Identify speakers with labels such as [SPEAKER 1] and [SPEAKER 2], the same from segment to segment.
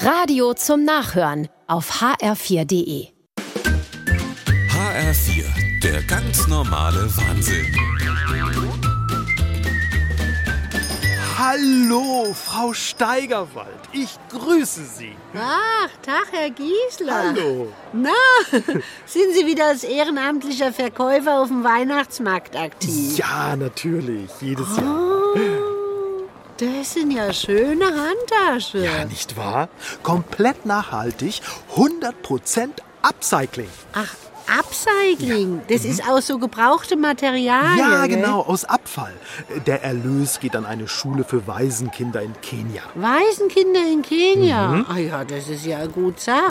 [SPEAKER 1] Radio zum Nachhören auf hr4.de.
[SPEAKER 2] HR4, der ganz normale Wahnsinn.
[SPEAKER 3] Hallo, Frau Steigerwald. Ich grüße Sie.
[SPEAKER 4] Ach, Tag, Herr Giesler.
[SPEAKER 3] Hallo.
[SPEAKER 4] Na, sind Sie wieder als ehrenamtlicher Verkäufer auf dem Weihnachtsmarkt aktiv?
[SPEAKER 3] Ja, natürlich. Jedes Jahr.
[SPEAKER 4] Oh, das sind ja schöne Handtaschen.
[SPEAKER 3] Ja, nicht wahr? Komplett nachhaltig, 100% Upcycling.
[SPEAKER 4] Ach, Upcycling. Das ist aus so ne? gebrauchtem Material.
[SPEAKER 3] Ja,
[SPEAKER 4] gell?
[SPEAKER 3] genau, aus Abfall. Der Erlös geht an eine Schule für Waisenkinder in Kenia.
[SPEAKER 4] Waisenkinder in Kenia.
[SPEAKER 3] Mhm.
[SPEAKER 4] Ah ja, das ist ja gut Sach.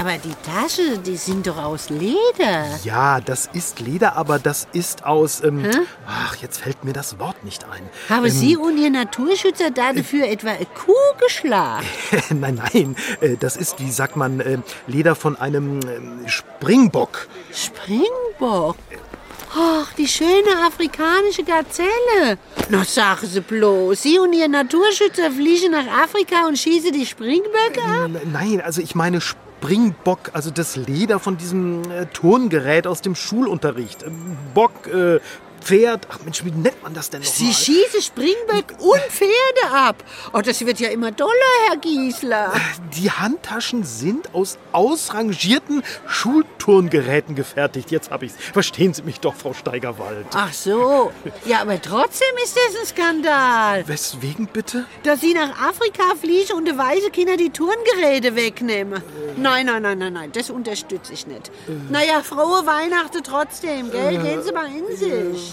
[SPEAKER 4] Aber die Tasche, die sind doch aus Leder.
[SPEAKER 3] Ja, das ist Leder, aber das ist aus. Ähm, ach, jetzt fällt mir das Wort nicht ein. Ähm,
[SPEAKER 4] Haben Sie und Ihr Naturschützer da dafür etwa eine Kuh geschlagen?
[SPEAKER 3] nein, nein, äh, das ist, wie sagt man, äh, Leder von einem ähm, Springbock.
[SPEAKER 4] Springbok. Ach, die schöne afrikanische Gazelle. Na, sagen Sie bloß, Sie und Ihr Naturschützer fliegen nach Afrika und schießen die Springböcke ab?
[SPEAKER 3] N- Nein, also ich meine Springbock, also das Leder von diesem äh, Turngerät aus dem Schulunterricht. Ähm, Bock, äh, Pferd, ach Mensch, wie nennt man das denn nochmal?
[SPEAKER 4] Sie schießen Springböcke und Pferde ab. Oh, das wird ja immer doller, Herr Giesler.
[SPEAKER 3] Die Handtaschen sind aus ausrangierten Schulturngeräten gefertigt. Jetzt habe ich's. Verstehen Sie mich doch, Frau Steigerwald.
[SPEAKER 4] Ach so. Ja, aber trotzdem ist das ein Skandal,
[SPEAKER 3] Weswegen bitte?
[SPEAKER 4] dass Sie nach Afrika fliegen und die weise Kinder die Turngeräte wegnehmen. Nein, nein, nein, nein, nein, das unterstütze ich nicht. Naja, frohe Weihnachten trotzdem, gell? Gehen Sie mal in sich.